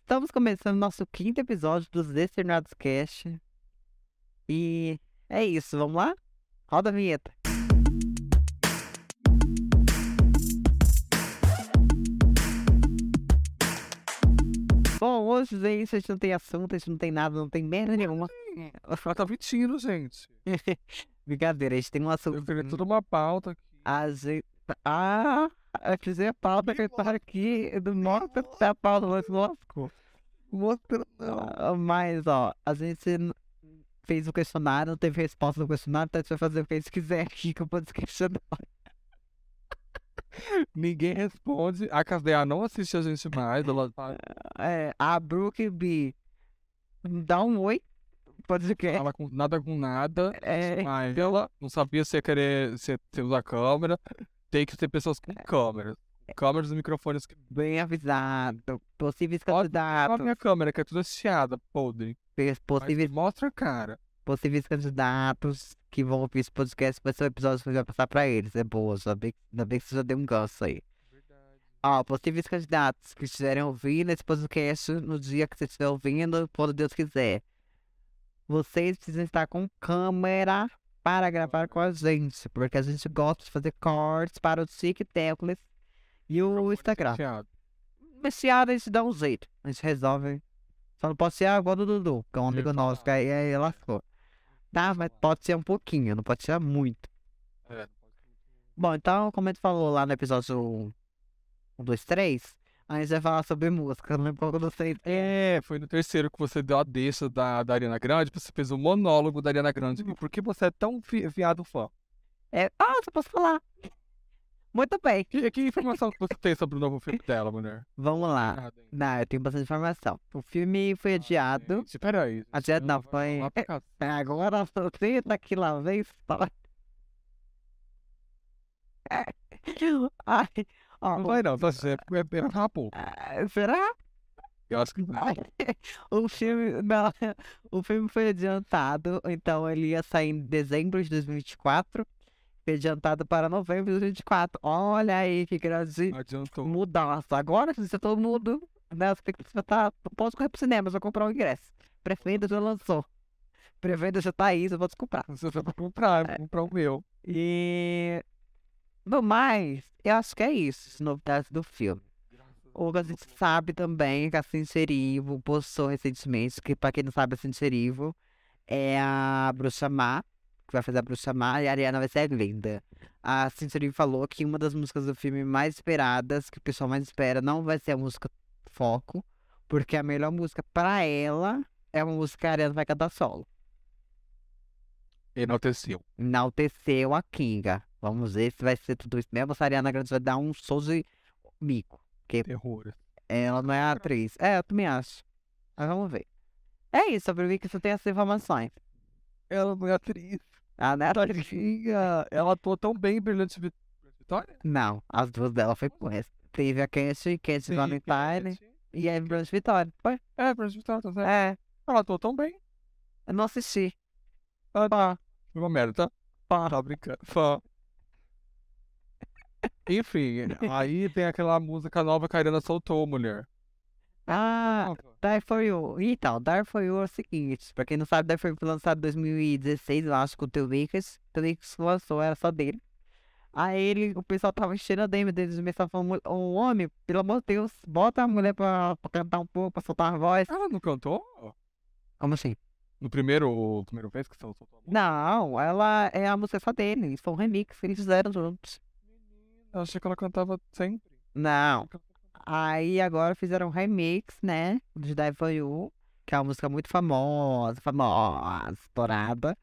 Estamos começando nosso quinto episódio dos Destornados Cast. E é isso, vamos lá? Roda a vinheta. Bom, hoje, gente, a gente não tem assunto, a gente não tem nada, não tem merda nenhuma. Ela tá mentindo, gente. Brincadeira, a gente tem um Eu assunto. peguei toda uma pauta aqui. A gente... Ah, eu fizer a pauta que tá aqui do nosso da pauta, mas lascou. Outra Ah, Mas, ó, a gente n- fez o questionário, não teve resposta no questionário, então a gente vai fazer o que a gente quiser aqui com o questionário. Ninguém responde. A Casdeia não assiste a gente mais. Ela tá- É, a Brook B dá um oi, pode que fala com nada com nada. é, Mas ela não sabia se ia querer se, se usar câmera. Tem que ter pessoas com É. câmeras. Câmeras e microfones. Que... bem avisado, possíveis Pode Fala candidatos, minha câmera, que é tudo chiada, podre. pe- Mas possíveis, mostra a cara. possíveis candidatos que vão ouvir esse podcast, vai ser o episódio que a gente vai passar pra eles, é boa, já bem- ainda bem que você já deu um ganso aí. Ó, possíveis candidatos que estiverem ouvindo esse podcast no dia que você estiver ouvindo, quando Deus quiser. Vocês precisam estar com câmera para gravar com a gente, porque a gente gosta de fazer cortes para o TikTok e o Instagram. Chiada. Messiada a gente dá um jeito, a gente resolve. Só não pode ser agora do Dudu, que é um Eu ia amigo nosso, que aí aí lascou. Tá, mas pode ser um pouquinho, não pode ser muito. É. Bom, então, como a gente falou lá no episódio 1, 2, 3, a gente vai falar sobre música. Eu Não lembro qual que eu não sei. É, foi no terceiro que você deu a deixa da, da Ariana Grande, você fez o monólogo da Ariana Grande. Uhum. E por que você é tão vi- viado fã? É, ah, você posso falar. Muito bem, Que, que informação que você tem sobre o novo filme dela, mulher? vamos lá. Nada, hein? Não, eu tenho bastante informação. O filme Ah, foi adiado. Gente, peraí. Adiado não, Vai foi- lá pra casa. Agora você tá aqui lá, vem história. Ai, ó, Não vai não, tá certo. É, é, é pouco. ah, será? É. Eu acho que vai. O filme, não, o filme foi adiantado, então ele ia sair em dezembro de 2024. Foi adiantado para novembro de 2024. Olha aí que grande Adiantou. mudança. Agora, se todo mundo, né, você tem que tá, posso correr pro cinema, só comprar o ingresso. Pré-venda já lançou. Pré-venda já tá aí, só posso comprar. Você vai pra comprar, É. vou comprar o meu. E... No mais, eu acho que é isso, as novidades do filme. O que a gente sabe também que a Sincerivo postou recentemente, que pra quem não sabe, a Sincerivo é a Bruxa Má, que vai fazer a Bruxa Má, e a Ariana vai ser a Glinda. A Sincerivo falou que uma das músicas do filme mais esperadas, que o pessoal mais espera, não vai ser a música Foco, porque a melhor música pra ela é uma música que a Ariana vai cantar solo. Enalteceu. Enalteceu a Kinga. Vamos ver se vai ser tudo isso mesmo. Se a Ariana Grande vai dar um show de mico. Terror. Ela não é a atriz. É, eu também acho. Mas vamos ver. É isso, sobre mim que você tem essas informações. Ela não é atriz. Ah, não é atriz. Tadinha. Ela atuou tão bem em Brilhante Vi- Vitória. Não, as duas dela foi com essa. Teve a Cassie, Cassie Valentine e a é Brilhante Vitória. Foi? É, Brilhante Vitória, tá certo. É, Ela atuou tão bem. eu não assisti. Ah, tá. Foi uma merda, tá? Pá, tá brincando. Fã. Enfim, aí tem aquela música nova que a Ariana soltou, mulher. Ah, Die For You. Então, Die For You é o seguinte. Pra quem não sabe, Die For You foi lançado em 2016, eu acho, com o The Wickers. The Wickers lançou, era só dele. Aí ele, o pessoal tava enchendo a DM deles, começava falando, o homem, pelo amor de Deus, bota a mulher pra, pra cantar um pouco, pra soltar a voz. Ela não cantou? Como assim? No primeiro, primeiro vez que ela soltou a música? Não, ela é a música só dele. Foi um remix que eles fizeram juntos. Eu achei que ela cantava sempre. Não. Aí agora fizeram um remix, né? De Die For You, que é uma música muito famosa, famosa, estourada.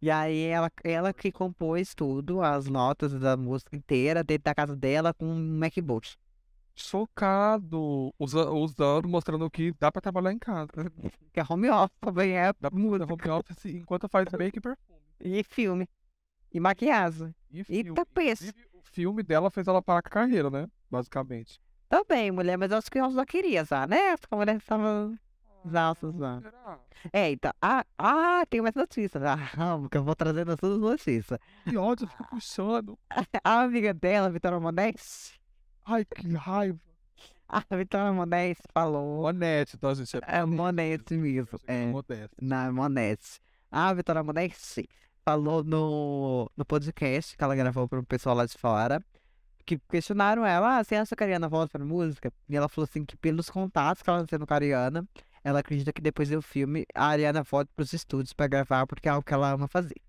E aí ela, ela que compôs tudo, as notas da música inteira, dentro da casa dela com um MacBook. Chocado. Usa, usando, mostrando que dá pra trabalhar em casa. Que é home office também, é Dá pra fazer música home office enquanto faz make e perfume. e filme. E maquiagem. E filme. Eita, pensa. Inclusive, o filme dela fez ela parar com a carreira, né? Basicamente. Também, Tá mulher, mas eu acho que ela já queria já, né? Porque a mulher tava... Já, Suzana. Será? É, então, ah, ah, tem mais notícias. Ah, amo, que eu vou trazendo as suas notícias. Que ódio, eu fico puxando. A amiga dela, Vitória Monex, Ai, que raiva. A Vitória Monete falou. Monete, tá, gente? É Monete mesmo. É, Monete. na Monete. A Vitória Monete falou no, no podcast que ela gravou pro pessoal lá de fora. Que questionaram ela, ah, você acha que a Ariana volta pra música? E ela falou assim que pelos contatos que ela tem com a Ariana, ela acredita que depois do filme a Ariana volta pros estúdios pra gravar, porque é algo que ela ama fazer.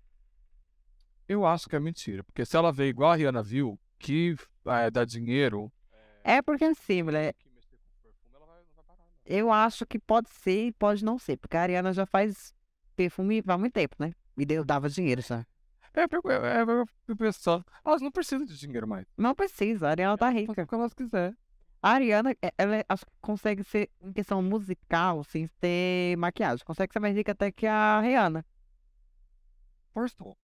Eu acho que é mentira, porque se ela vê igual a Rihanna viu, que é, dá dinheiro. É porque assim, mulher, Eu acho que pode ser e pode não ser, porque a Ariana já faz perfume há muito tempo, né? E deu, dava dinheiro já. É, eu- eu- eu- eu fico pensando, elas não precisam de dinheiro mais. Não precisa, a Ariana tá rica. Faz o que elas quiser. A Ariana, é- ela é- acho que consegue ser, em questão musical, sem ter maquiagem, consegue ser mais rica até que a Rihanna. Forçou.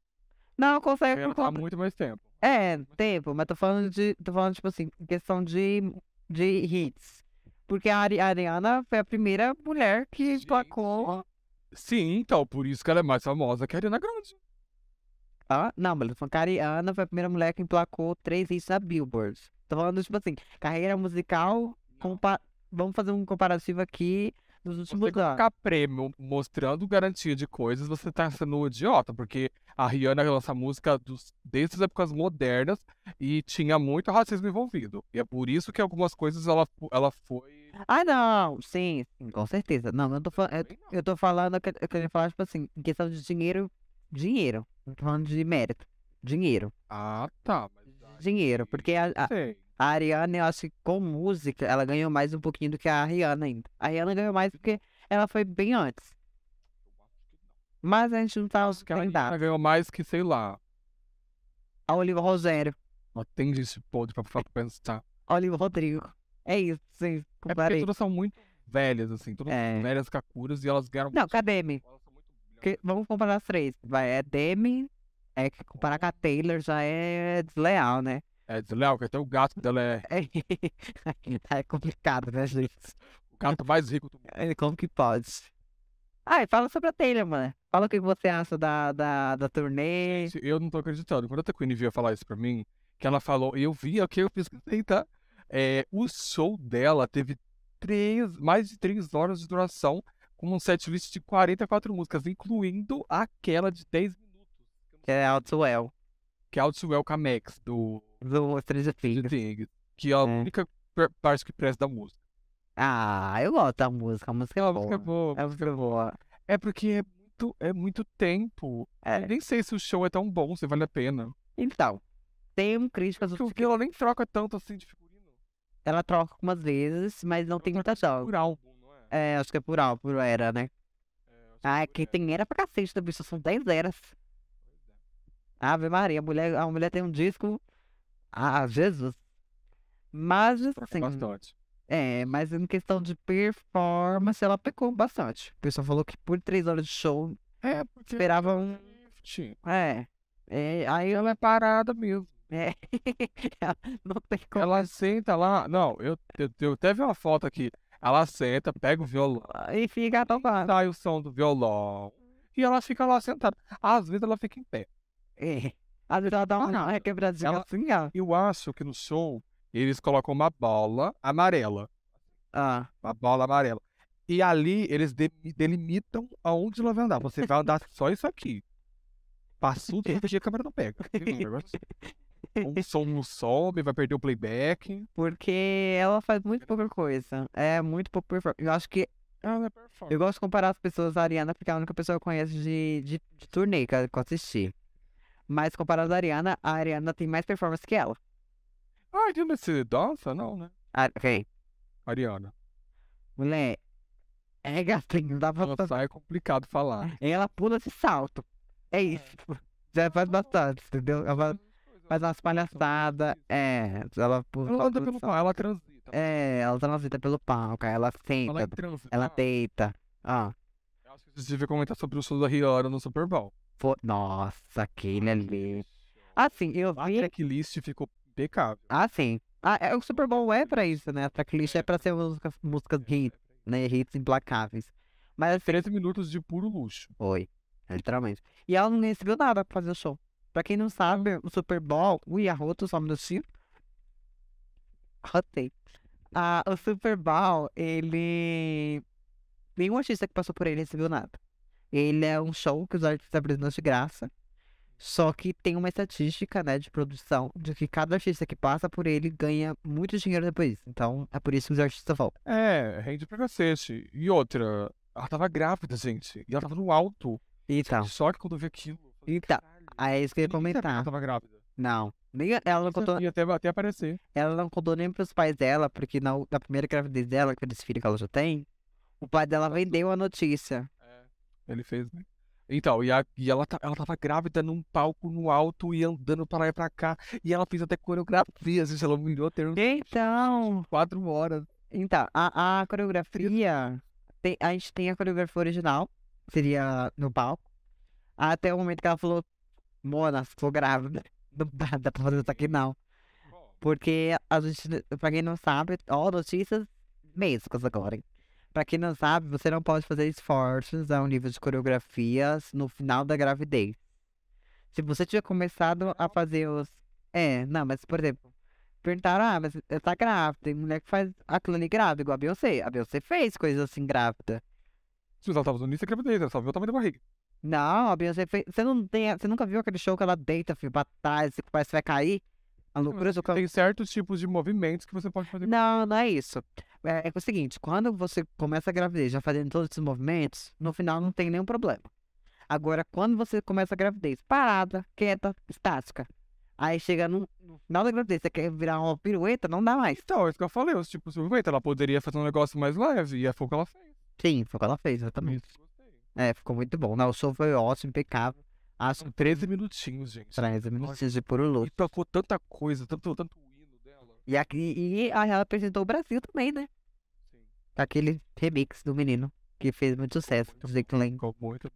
Não, consegue por Ela tá há conta- muito mais tempo. É, tempo, mas tô falando de, tô falando, tipo assim, em questão de, de hits. Porque a, Ari- a Ariana foi a primeira mulher que Gente. placou... Sim, então, por isso que ela é mais famosa que a Ariana Grande. Ah, não, mas a Ariana foi a primeira mulher que emplacou três hits na Billboard. Tô falando, tipo assim, carreira musical. compa- Vamos fazer um comparativo aqui dos Você últimos anos. colocar prêmio mostrando garantia de coisas, você tá sendo um idiota, porque a Rihanna lança música dos, desde as épocas modernas e tinha muito racismo envolvido. E é por isso que algumas coisas ela, fo- ela foi. Ah, não, sim, sim, com certeza. Não, eu não tô falando. Eu, eu tô falando, que- eu queria falar, tipo assim, em questão de dinheiro, dinheiro. Não tô falando de mérito. Dinheiro. Ah, tá. Mas Dinheiro. Porque ah, a, a- Sei. a Ariana, eu acho que com música, ela ganhou mais um pouquinho do que a Rihanna ainda. A Rihanna ganhou mais porque ela foi bem antes. Mas a gente não tá Que a tem Rihanna data. ganhou mais que, sei lá. A Oliva Rogério, Mas tem gente podre pra, pra pensar. a Oliva Rodrigo. É isso, sim, É porque comparei. todas são muito velhas, assim. Todas É. são velhas cacuras e elas ganharam. Não, cadê Demi? Elas são muito Que- vamos comparar as três. Vai, é Demi, é que comparar com a Taylor já é desleal, né? É desleal, que até o gato dela é É, complicado, né, gente? o gato mais rico do mundo. É, Como que pode? Ah, e fala sobre a Taylor, mano. Fala o que você acha da, da, da turnê. Gente, Eu não tô acreditando. Quando a Queen veio falar isso pra mim, que ela falou, eu vi aqui, eu pesquisei, tá? É, o show dela teve três, mais de três horas de duração, com um set list de 44 músicas, incluindo aquela de 10 minutos, Que é Outwell, que é Out to Welcome X, do do Stranger The Things. Thing, que é a né? É. única per- parte que presta da música. Ah, eu gosto da música. A música é É uma música boa. boa. É uma música boa. É porque é muito, é muito tempo. É. Eu nem sei se o show é tão bom, se vale a pena. Então, tem críticas. do- Porque ela nem troca tanto assim de figurino. Ela troca algumas vezes, mas não tem muita troca. Por álbum, não é? É, acho que é por álbum, por era, né? É, Ah, é que tem era pra cacete também, só são 10 eras. Ave Maria, a mulher, a mulher tem um disco. Ah, Jesus. Mas, troca assim, bastante. é, mas em questão de performance, ela pecou bastante. O pessoal falou que por 3 horas de show, É, porque esperava um. lift. É. é aí ela Ela é parada mesmo. não tem como. é? Ela senta lá. Não, eu, eu, eu até vi uma foto aqui. Ela senta, pega o violão, E fica tocando. sai o som do violão. E ela fica lá sentada. Às vezes ela fica em pé. É. Às vezes ela dá uma Parada. requebradinha Ela- assim, ó. Eu acho que no show eles colocam uma bola amarela. Ah, Uma bola amarela. E ali eles de- delimitam aonde ela vai andar. Você vai andar só isso aqui. Passou tudo que a câmera não pega. Tem um negócio assim. Um som não sobe, vai perder o playback. porque ela faz muito pouca coisa. É muito pouco performance. Eu acho que Ah, Ela é performance. Eu gosto de comparar as pessoas à Ariana, porque é a única pessoa que eu conheço de, de, de turnê que eu que eu assisti. Mas comparado à Ariana, a Ariana tem mais performance que ela. Ah, Ariana se dança? Não, né? Ah, ok. Ariana. Mulher, é gatinho, não dá pra... Dançar é complicado falar. Ela pula de salto. É isso. Já faz bastante, entendeu? Ela faz umas palhaçadas, é. Ela pula, Ela pula anda de pelo salto. pau, ela transita. É, ela transita pelo palco, ela Ela é senta, transita. ela deita. Ah, Eu Acho que vocês deviam comentar sobre o show da Rihanna no Super Bowl. pô, nossa, aquele ali. Assim, eu A vi... tracklist ficou impecável. Ah, sim. Ah, é, o Super Bowl é pra isso, né? A tracklist é pra ser música, músicas hits, né? Hits implacáveis. Mas assim, 13 minutos de puro luxo. foi. Literalmente. E ela não recebeu nada pra fazer o show. Pra quem não sabe, o Super Bowl, ui, arroto, só um minutinho. Rotei. Ah, o Super Bowl, ele. Nenhum artista que passou por ele recebeu nada. Ele é um show que os artistas apresentam de graça. Só que tem uma estatística, né, de produção, de que cada artista que passa por ele ganha muito dinheiro depois. Então, é por isso que os artistas voltam. É, rende pra cacete. E outra, ela tava grávida, gente. E ela tava no alto. Então, Só que quando eu vi aquilo. eu falei, Então, "Caralho, aí é isso que eu ia nem sabia que Ela comentar. tava grávida. Não. Nem, ela, não Nem contou, sabia, até, até aparecer. ela não contou nem pros pais dela, porque na, na primeira gravidez dela, que é desse filho que ela já tem, o pai dela vendeu a notícia. Ele fez, né? Então, e, a- e ela, ta- ela tava grávida num palco no alto e andando pra lá e pra cá. E ela fez até coreografia, gente. Ela humilhou ter uns Então, quatro horas. Então, a, a coreografia. tem- a gente tem a coreografia original, seria no palco. Até o momento que ela falou: Mona, sou grávida. Não dá, dá pra fazer isso aqui não. Porque a gente, pra quem não sabe, ó, notícias mescas agora. hein? Pra quem não sabe, você não pode fazer esforços a um nível de coreografias no final da gravidez. Se você tiver começado a fazer os. É, não, mas por exemplo, perguntaram, ah, mas ela tá grávida, tem mulher que faz a clone grávida, igual a Beyoncé. A Beyoncé fez coisas assim grávida. Se ela tava usando isso, é gravidez. Ela só viu o tamanho da barriga. Não, a Beyoncé fez. Você, não tem... você nunca viu aquele show que ela deita, filho, pra trás, que parece que vai cair? A loucura do Então, Tem certos tipos de movimentos que você pode fazer. Não, não é isso. É, é o seguinte, quando você começa a gravidez já fazendo todos esses movimentos, no final não tem nenhum problema. Agora, quando você começa a gravidez parada, quieta, estática, aí chega no, no final da gravidez, você quer virar uma pirueta, não dá mais. Então, é isso que eu falei. Os tipos de movimento. Ela poderia fazer um negócio mais leve. E foi o que ela fez. Sim, foi o que ela fez, exatamente. Isso, gostei. É, ficou muito bom. Não, o show foi ótimo, impecável. Acho São que 13 minutinhos, gente. 13 minutos de puro luto. E tocou tanta coisa, tanto, tanto hino dela. E, aqui, e aí ela apresentou o Brasil também, né? Sim. Aquele remix do menino, que fez muito sucesso, Muito do bom. Zeke Lane, Ficou muito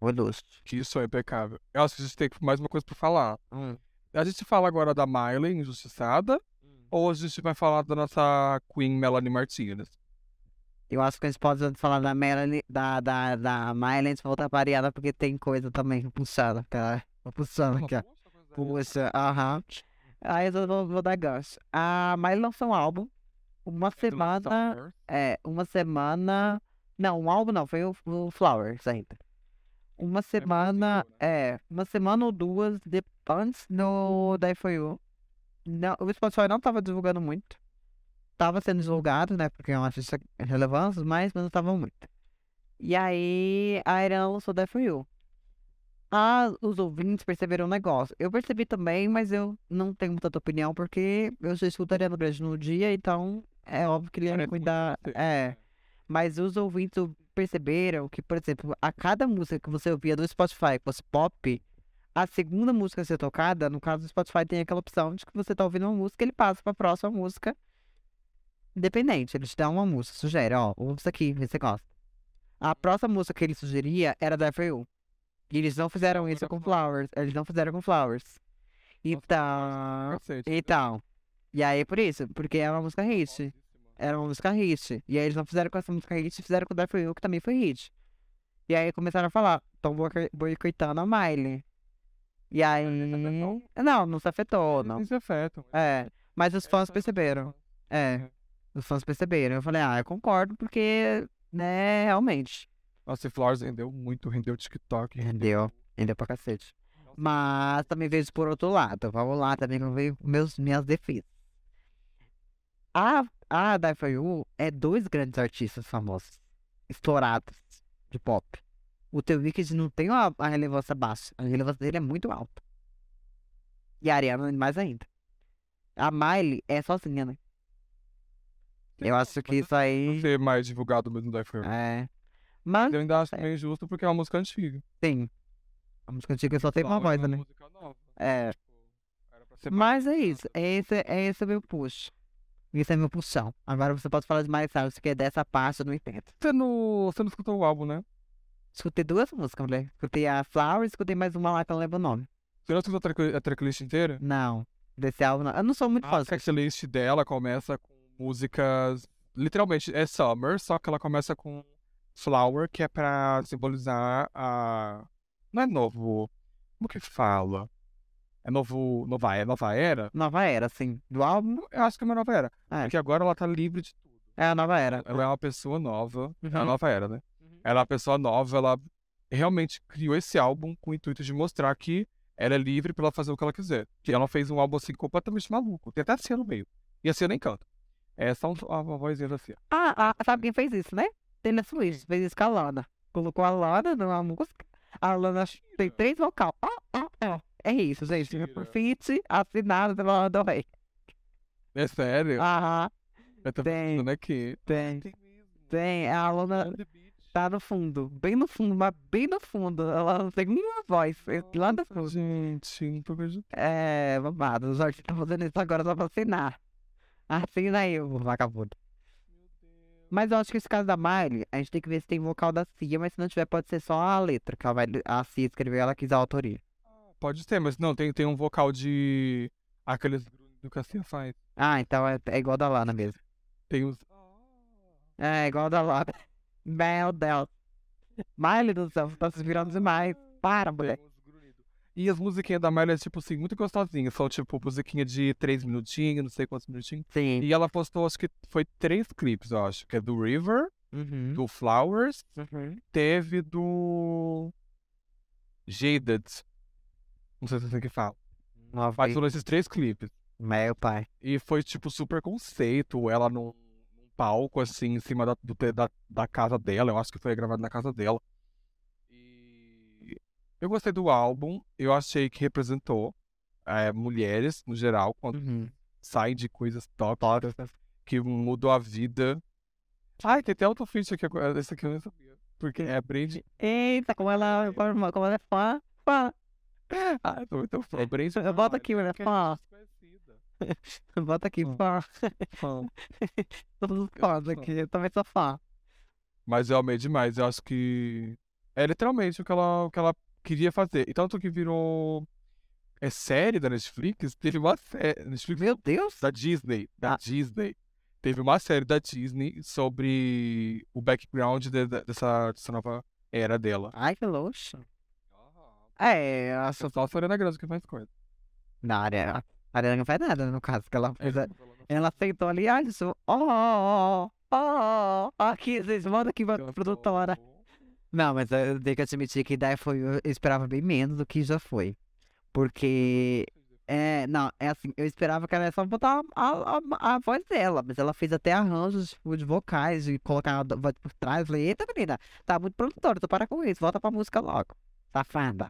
bom. o Lust. Que isso é impecável. Eu acho que a gente tem mais uma coisa pra falar. A gente fala agora da Miley, injustiçada, ou a gente vai falar da nossa Queen Melanie Martinez? Eu acho que a gente pode falar da Melanie, da, da, da Mylan, voltar pareada, porque tem coisa também puxada, cara. Puxando aqui, ó. Puxa, aham. Aí eu vou, vou dar gancho. A Miley lançou um álbum, uma um semana, é, uma semana, não, um álbum não, foi o, o Flowers ainda. Uma semana, single, é, uma semana ou duas de, antes no da For You. Não, o Spotify não tava divulgando muito. Tava sendo divulgado, né? Porque é um artista relevante, mas, mas não tava muito. E aí a Ariana lançou Death For You. Ah, os ouvintes perceberam o negócio. Eu percebi também, mas eu não tenho tanta opinião, porque eu só escuto a Ariana Grande no dia, então é óbvio que ele ia Parece muito cuidar. você. É. Mas os ouvintes perceberam que, por exemplo, a cada música que você ouvia do Spotify, que fosse pop, a segunda música a ser tocada, no caso do Spotify, tem aquela opção de que você tá ouvindo uma música, ele passa pra próxima música. Independente, ele te dá uma música, sugere, ó, ouve isso aqui, vê se você gosta. A próxima música que ele sugeria era da You. E eles não fizeram Agora isso com Flowers. Flowers. Eles não fizeram com Flowers. né? Então. Então. E aí é por isso, porque era uma música hit. Era uma música hit. E aí eles não fizeram com essa música hit, fizeram com Death For You, que também foi hit. E aí começaram a falar, estão boicotando a Miley. E aí. não Não, não se afetou, não. Eles afetam. É. Mas os Eles fãs fazem- perceberam. É. É. Os fãs perceberam. Eu falei, ah, eu concordo, porque, né, realmente. Nossa, e Flowers rendeu muito, rendeu TikTok. Rendeu. Ainda é pra cacete. Mas também vejo por outro lado. Vamos lá, também não veio meus, minhas defesas. A, a Die For You é dois grandes artistas famosos, estourados de pop. O The Wicked não tem uma, uma relevância baixa, a relevância dele é muito alta. E a Ariana mais ainda. A Miley é sozinha, né? Eu acho que isso Não aí ser mais divulgado mesmo da iPhone. é... Mas, Eu ainda acho É. meio injusto porque é uma música antiga. sim. A música antiga só tem uma Flowers voz, é né? música nova. É. Tipo, era pra ser mais Mas é isso. divulgada. Esse, esse é meu push. Esse é meu puxão. Agora você pode falar de mais Cyrus, que dessa parte eu não entendo. Você não, você não escutou o álbum, né? Escutei duas músicas, mulher. Escutei a Flowers, escutei mais uma lá que eu não lembro o nome. Você não escutou a, track, a tracklist inteira? Ah, Não. Desse álbum, não. Eu não sou muito fã. A tracklist dela começa com músicas. Literalmente é Summer, só que ela começa com Flower, que é pra simbolizar a. Não é novo. Como que fala? É novo, nova, é nova era? Nova era, assim, do álbum Eu acho que é uma nova era. É. Porque agora ela tá livre de tudo. é a nova era. Ela é uma pessoa nova. É Uhum. uma nova era, né? Uhum. Ela é uma pessoa nova, ela realmente criou esse álbum com o intuito de mostrar que ela é livre pra ela fazer o que ela quiser. Que ela fez um álbum assim completamente maluco. Tem até cena no meio. E a cena nem canta. É só um- uma vozinha assim. ó. Ah, ah, sabe quem fez isso, né? Taylor Swift fez isso com a Lana. Colocou a Lana numa música. A Lana tem três vocal. Ah, ah, ah. É isso, gente. Mentira. Fit assinado pela Lana Del Rey. É sério? Aham, eu tô Ah, tem, pensando aqui. tem, Tem mesmo. tem. A Lana On the beach. tá no fundo, bem no fundo, mas bem no fundo. Ela não tem nenhuma voz. é Lá no Nossa, fundo. Gente, um não tô vendo. É, babado. O Jorge tá fazendo isso agora só pra assinar. Assina aí, ô vagabundo. Mas eu acho que esse caso da Miley, a gente tem que ver se tem vocal da Cia, mas se não tiver, pode ser só a letra que ela vai, a Cia escreveu, ela quis a autoria. Pode ter, mas não, tem, tem um vocal de. Aqueles grunhos do que a Cia faz. Ah, então é, é igual da Lana mesmo. Tem os. É igual da Lana. Meu Deus. Miley do céu, você tá se virando demais. Para, mulher. Tem uns grunhidos. E as musiquinhas da Miley é, tipo assim, muito gostosinhas. São, tipo, musiquinha de três minutinhos, não sei quantos minutinhos. Sim. E ela postou, acho que foi três clipes, eu acho. Que é do River, Uhum. do Flowers, Uhum. teve do. Jaded. Não sei se é assim que fala. Lá Mas vem foram esses três clipes. Meu pai. E foi, tipo, super conceito. Ela num, num palco, assim, em cima da, do te- da, da casa dela. Eu acho que foi gravado na casa dela. E eu gostei do álbum. Eu achei que representou eh, mulheres, no geral, quando Uhum. saem de coisas tóxicas que mudam a vida. Ai, tem até outro feat aqui. agora. Esse aqui eu não sabia. Porque é a Brand. Eita, como ela, como como ela é fã. Fã. Ah, eu tô muito fã. Brand É, Eu boto aqui, mulher. Marquezine Fã. é desconhecida. Bota aqui, Fã. fã. Fã. Todos Eu fãs sou. aqui, eu também sou fã. Mas eu amei demais. Eu acho que é literalmente o que ela, o que ela queria fazer. E tanto que virou. É série da Netflix? Teve uma série. Netflix Meu Deus! da Disney. Da Ah. Disney. Teve uma série da Disney sobre o background de- de- dessa, dessa nova era dela. Ai, que luxo. É, eu acho. Só a Sorena Grande que faz coisa. Na área. A Ariana não faz nada, no caso, que ela fez. a- Ela aceitou ali, olha isso. Ó, ó, ó, ó, ó. Aqui, vocês mandam aqui pra produtora. Não, mas eh, eu tenho que admitir que daí foi. Eu esperava bem menos do que já foi. Porque. É, não, é assim, eu esperava que ela ia só botar a, a, a voz dela, mas ela fez até arranjos tipo, de vocais, de colocar a do- voz por trás. Eu Falei, eita menina, tá muito produtora, tu para com isso, volta pra música logo. Safada.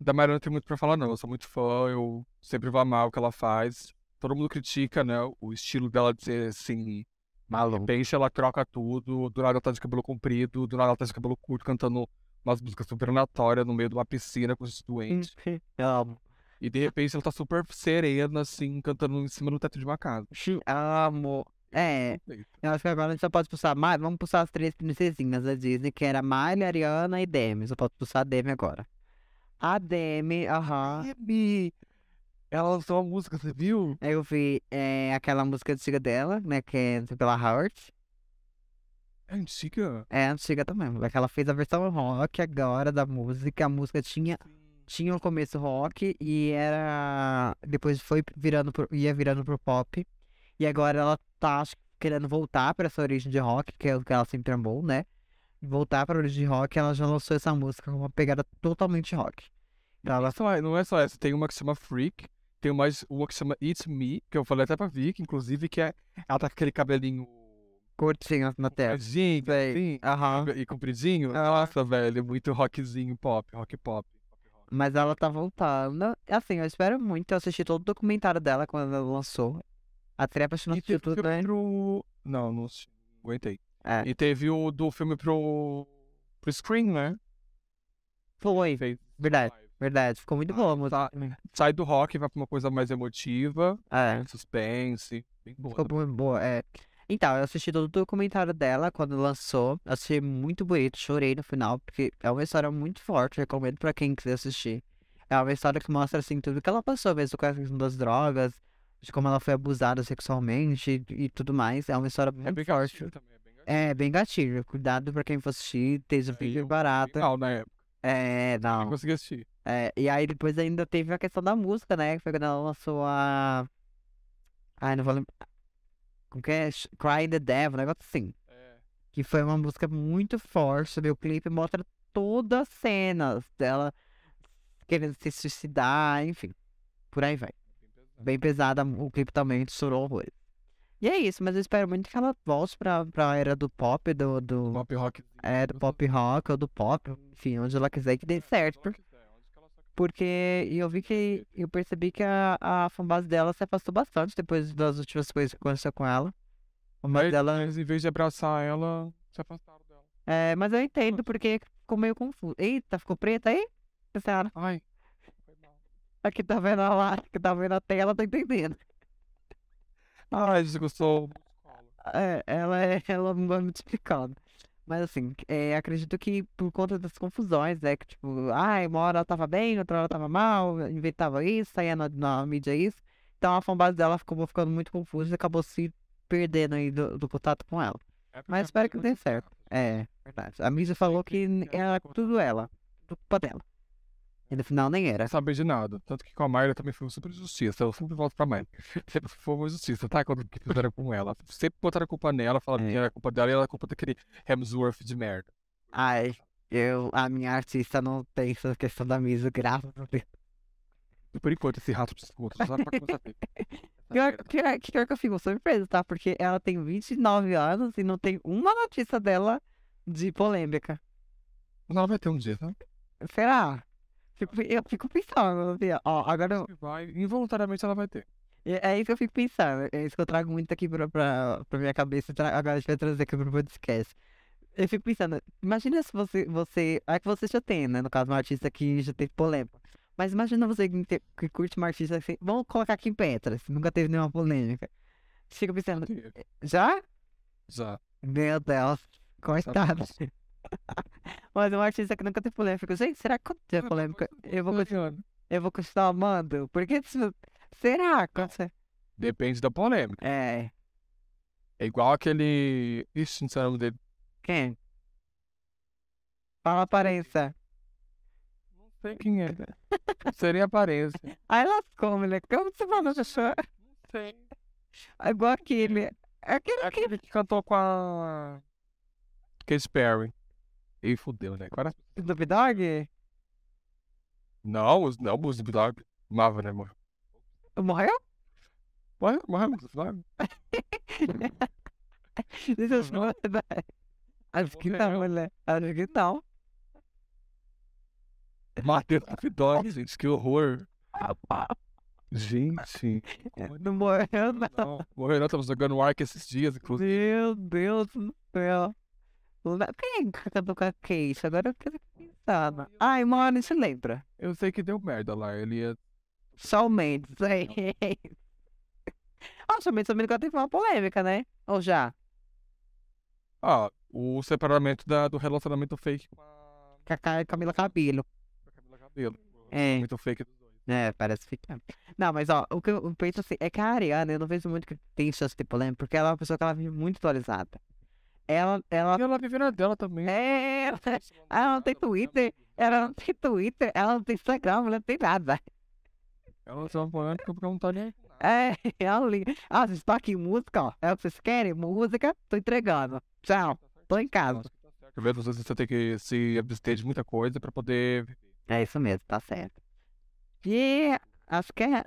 Da Mariana não tem muito pra falar, não. Eu sou muito fã, eu sempre vou amar o que ela faz. Todo mundo critica, né? O estilo dela de ser assim. Maluco. Peixe, ela troca tudo. Do nada ela tá de cabelo comprido, do nada ela tá de cabelo curto, cantando umas músicas super aleatórias no meio de uma piscina com os doentes. Amo. E de repente ela tá super serena, assim, cantando em cima do teto de uma casa. Amo. É, Perfeito. eu acho que agora a gente só pode pulsar mais. Vamos pulsar as três princesinhas da Disney, que era Miley, Ariana e Demi. Só pode pulsar a Demi agora. A Demi, aham. Uhum. Hebe, Ela lançou uma música, você viu? Aí Eu vi é, aquela música antiga dela, né? Que é pela Howard. É antiga. É antiga também, moleque. Ela fez a versão rock agora da música. A música tinha, tinha um começo rock e era. Depois foi virando pro, ia virando pro pop. E agora ela tá acho, que, querendo voltar pra essa origem de rock, que é o que ela sempre amou, né? Voltar pra origem de rock, ela já lançou essa música com uma pegada totalmente rock. Então ela. Só- Não é só essa, tem uma que chama Freak, tem mais uma que chama It's Me, que eu falei até pra Vicky, inclusive, que é. Ela tá com aquele cabelinho Curtinha na tela. compridinho, Sei. assim, Aham. e compridinho. Ah. É, Nossa, velho, muito rockzinho pop, rock pop. Mas ela tá voltando. Assim, eu espero muito. Eu assisti todo o documentário dela quando ela lançou. A Trepa não E teve assistiu o tudo, filme né? pro. Não, não assisti, aguentei. É. E teve o do filme pro. pro Screen, né? Foi. Fez Verdade, verdade. Ficou muito boa a música. Tá. Sai do rock, vai pra uma coisa mais emotiva, É, suspense. Bem tá. boa. ficou muito boa. É. Então, eu assisti todo o documentário dela quando lançou. Achei muito bonito. Chorei no final, porque é uma história muito forte. Recomendo pra quem quiser assistir. É uma história que mostra, assim, tudo que ela passou mesmo com a questão das drogas, de como ela foi abusada sexualmente e, e tudo mais. É uma história É bem muito forte. gatilho também, é bem gatilho. É, bem gatilho. Cuidado pra quem for assistir, esteja Aí bem eu- barata. Legal, na época. É, Não não. consegui assistir. É, e aí depois ainda teve a questão da música, né? Que foi quando ela lançou a. Ai, não vou lembrar. Como que é? Sh- Cry the Devil, um negócio assim. Que foi uma música muito forte. Meu clipe mostra todas as cenas dela querendo se suicidar, enfim. Por aí vai. é Bem pesada, o clipe também chorou horrores. E é isso, mas eu espero muito que ela volte pra, pra era do pop, do, do, Pop rock. é, do pop rock ou do pop, enfim, onde ela quiser que dê certo. por- Porque eu vi que. Eu percebi que a, a fanbase dela se afastou bastante depois das últimas coisas que aconteceu com ela. Mas Mas ela. Eles, em vez de abraçar ela, se afastaram dela. É, mas eu entendo porque ficou meio confuso. Eita, ficou preta aí? Senhora, Ai. aqui tá vendo a lá, que tá vendo a tela, tá entendendo. Ai, desgostou. É, ela é ela vai multiplicando. Mas assim, é, acredito que por conta das confusões, né? Que tipo, ai, uma hora ela tava bem, outra hora ela tava mal, inventava isso, saía na, na mídia isso. Então a fanbase dela acabou ficando muito confusa e acabou se perdendo aí do, do contato com ela. É porque Mas a espero que Britney dê certo. É, verdade. A mídia falou que que- que era ela- tudo ela, tudo culpa dela. E no final nem era. Não saber de nada. Tanto que com a Mayra também foi uma super injustiça. Eu sempre volto pra Mayra. Sempre foi uma injustiça, tá? Quando que fizeram com ela. Sempre botaram a culpa nela, falaram É. que era a culpa dela e ela é a culpa daquele Hemsworth de merda. Ai, eu, a minha artista não tem essa questão da mídia, graças a Deus. E por enquanto, esse rato de escudo, só pra começar a ver. Pior, pior, pior que eu fico surpresa, tá? Porque ela tem 29 anos e não tem uma notícia dela de polêmica. Mas ela vai ter um dia, tá? Será? Fico- eu fico pensando, assim, ó, agora eu- Vai, involuntariamente ela vai ter. é é isso que eu fico pensando, é isso que eu trago muito aqui pra, pra, pra minha cabeça, tra- agora a gente vai trazer aqui pro podcast. Eu fico pensando, imagina se você, você, é que você já tem, né, no caso, uma artista que já teve polêmica. Mas imagina você que, te- que curte uma artista assim, vamos colocar aqui em Petras, nunca teve nenhuma polêmica. Fica pensando, Teve, já? Já. Meu Deus, coitado. Mas um artista que nunca teve polêmica. Eu, Gente, será que quando tiver polêmica eu vou, conti- eu vou continuar amando? Porque se- será? que você- Depende da polêmica. É, É igual aquele. Ixi, não sei o nome dele. quem? Fala a aparência. Não sei quem é. Seria aparência. Aí lascou, moleque. Como você falou, Joshua? Não sei. É Igual aquele. É Aquele É que aquele que cantou com a. Katy Perry. E fudeu, né? Agora... Snoop Dogg? Não, os- não, o Snoop Dogg. Mava, né, morreu. Morreu? Morreu, morreu, o Snoop Dogg. Deixa eu chutar. Acho que não, Morreu. mulher. Acho que não. Matei o Snoop Dogg, gente, que horror. Gente. Não morreu, não. Não, morreu não, estamos jogando Ark esses dias, inclusive. Meu Deus do céu. Lá- Quem é que cantou com a Kate? Agora eu quero pensar. né? Ai, mano, se lembra. Eu sei que deu merda lá, ele ia. Shawn Mendes. é. Ah, o Shawn Mendes também nunca teve uma polêmica, né? Ou já? Ah, o separamento da- do relacionamento fake com a Com a Ca- Camila Cabello. com a Camila Cabelo. É. Muito fake dos dois. É, parece que é. Não, mas ó, o que eu penso assim, é que a Ariana, eu não vejo muito que tem chance de polêmica, porque ela é uma pessoa que ela vive muito atualizada. Ela, ela, E ela vive na dela também. tá é, ela, ela não tem Twitter, ela não tem Twitter, ela não tem Instagram, ela não tem nada. Ela tem uma polêmica porque ela não tá nem aí. É, ali. Ah, vocês tocam música, ó. É o que vocês querem? Música? Tô entregando. Tchau. Tô em casa. tá Quer ver? Às vezes você tem que se abster de muita coisa pra poder. viver. É isso mesmo, tá certo. E acho que é.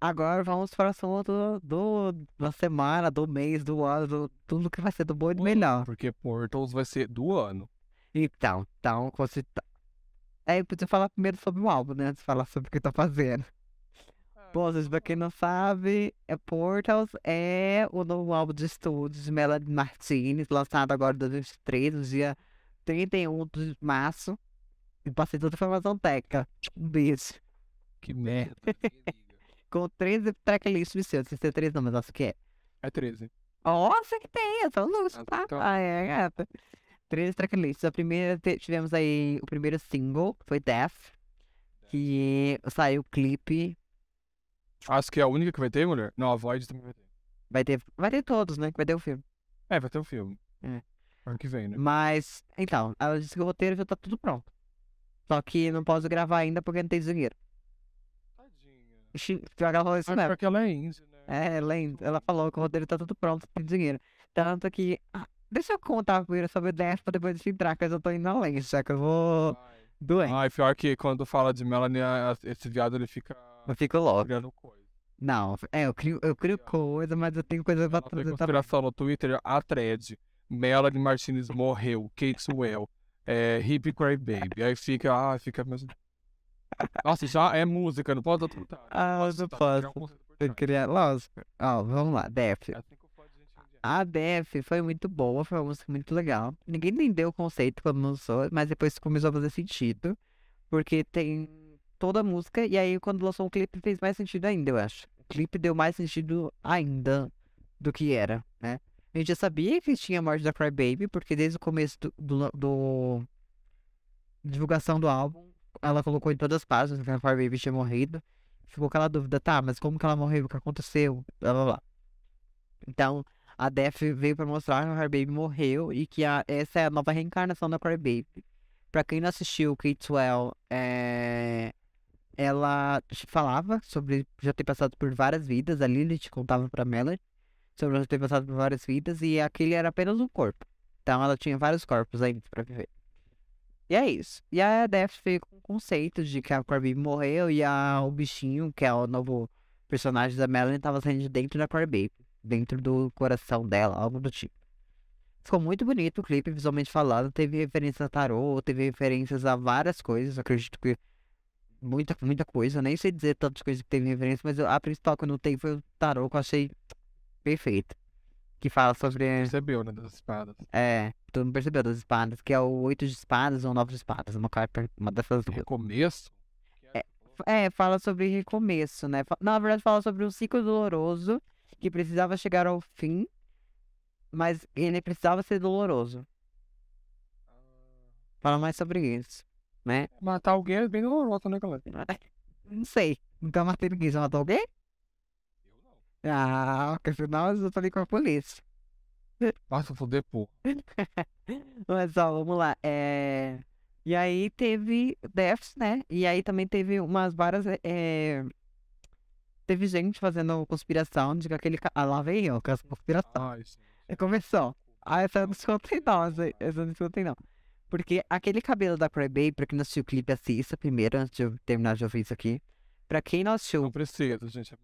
Agora vamos para o assunto do, da semana, do mês, do ano, do, tudo que vai ser do bom e do melhor. Porque Portals vai ser do ano. Então, então, você. tá- É, eu podia falar primeiro sobre o álbum, né? Antes de falar sobre o que tá fazendo. Bom, gente, pra quem não sabe, é Portals é o novo álbum de estúdio de Melanie Martinez, lançado agora em 2023, no dia 31 de março. E passei toda a informação técnica. Um beijo. É. Que merda. Com 13 tracklists de seu, 63 não, mas acho que é. É 13. Nossa, que tem, eu tô luxo, Ah, tá? tá. Ah, é, gata. 13 tracklists. A primeira, te- tivemos aí o primeiro single, que foi Death, que saiu o clipe. Acho que é a única que vai ter, mulher? Não, a Void também vai ter. Vai ter, vai ter todos, né? que Vai ter o filme. É, vai ter um filme. É. Ano que vem, né? Mas, então, ela disse que o roteiro já tá tudo pronto. Só que não posso gravar ainda porque não tem dinheiro. Tadinha. Ixi, Pior que ela falou isso Ah, mesmo. pior que ela é índia, né? É, ela, ela falou que o roteiro tá tudo pronto, tem dinheiro. Tanto que. Ah, deixa eu contar primeiro sobre o 10 pra depois a gente entrar, que eu já tô indo além, já que eu vou Ai. doente. Ai, pior que quando fala de Melanie, a- a- esse viado ele fica Eu fico louco. criando coisa. Não, é, eu crio, eu crio coisa, mas eu tenho coisa pra Ela tem trazer também. conspiração no Twitter, é a thread. Melanie Martinez morreu, Kate Well, é, Hip Cry Baby. Aí fica, ah, fica mesmo. Nossa, já é música, não posso tentar. Ah, eu não um posso. Eu queria. Lógico. Ó, vamos lá, É Def. assim um A Def foi muito boa, foi uma música muito legal. Ninguém entendeu o conceito quando lançou, mas depois começou a fazer sentido. Porque tem toda a música, e aí quando lançou o clipe fez mais sentido ainda, eu acho. O clipe deu mais sentido ainda do que era, né? A gente já sabia que tinha a morte da Crybaby, porque desde o começo do, do, lan- do- divulgação do álbum, ela colocou em todas as páginas que a Crybaby tinha morrido. Ficou aquela dúvida, tá, mas como que ela morreu? O que aconteceu? Blá blá blá. Então, a Def veio pra mostrar que a Crybaby morreu e que a- essa é a nova reencarnação da Crybaby. Pra quem não assistiu, Kate Well, é... ela falava sobre já ter passado por várias vidas. A Lilith contava pra Melanie sobre ela ter passado por várias vidas e aquele era apenas um corpo. Então ela tinha vários corpos ainda pra viver. E é isso. E a Death veio com o conceito de que a Corby morreu e a, o bichinho, que é o novo personagem da Melanie, tava saindo de dentro da Corby, dentro do coração dela, algo do tipo. Ficou muito bonito o clipe, visualmente falando. Teve referências a tarô, teve referências a várias coisas. eu Acredito que muita, muita coisa. Eu nem sei dizer tantas coisas que teve referência, mas eu- a principal que eu notei foi o tarô, que eu achei perfeito. Que fala sobre. Percebeu, né, das espadas. É, tu não percebeu das espadas, que é o oito de espadas ou nove de espadas. Uma, carta- uma dessas duas. Recomeço? É, fala sobre recomeço, né? Fa- Na verdade, fala sobre um ciclo doloroso que precisava chegar ao fim, mas ele precisava ser doloroso. Fala mais sobre isso, né? Matar alguém é bem doloroso, né, galera? Não sei. Então Nunca matei ninguém. Já matou alguém? Ah, porque senão eu tô ali com a polícia. Nossa, eu vou depor. Mas ó, vamos lá. É... E aí teve deaths, né? E aí também teve umas várias. é, Teve gente fazendo conspiração de que aquele. ca- Ah, lá vem eu com essa conspiração. Ai, gente. É, Começou. Ah, essa eu não escutei não, essa, essa eu não escutei não. Porque aquele cabelo da Crybaby, pra quem não assistiu o clipe, assista primeiro, antes de eu terminar de ouvir isso aqui. Pra quem não assistiu Não precisa, gente. é música.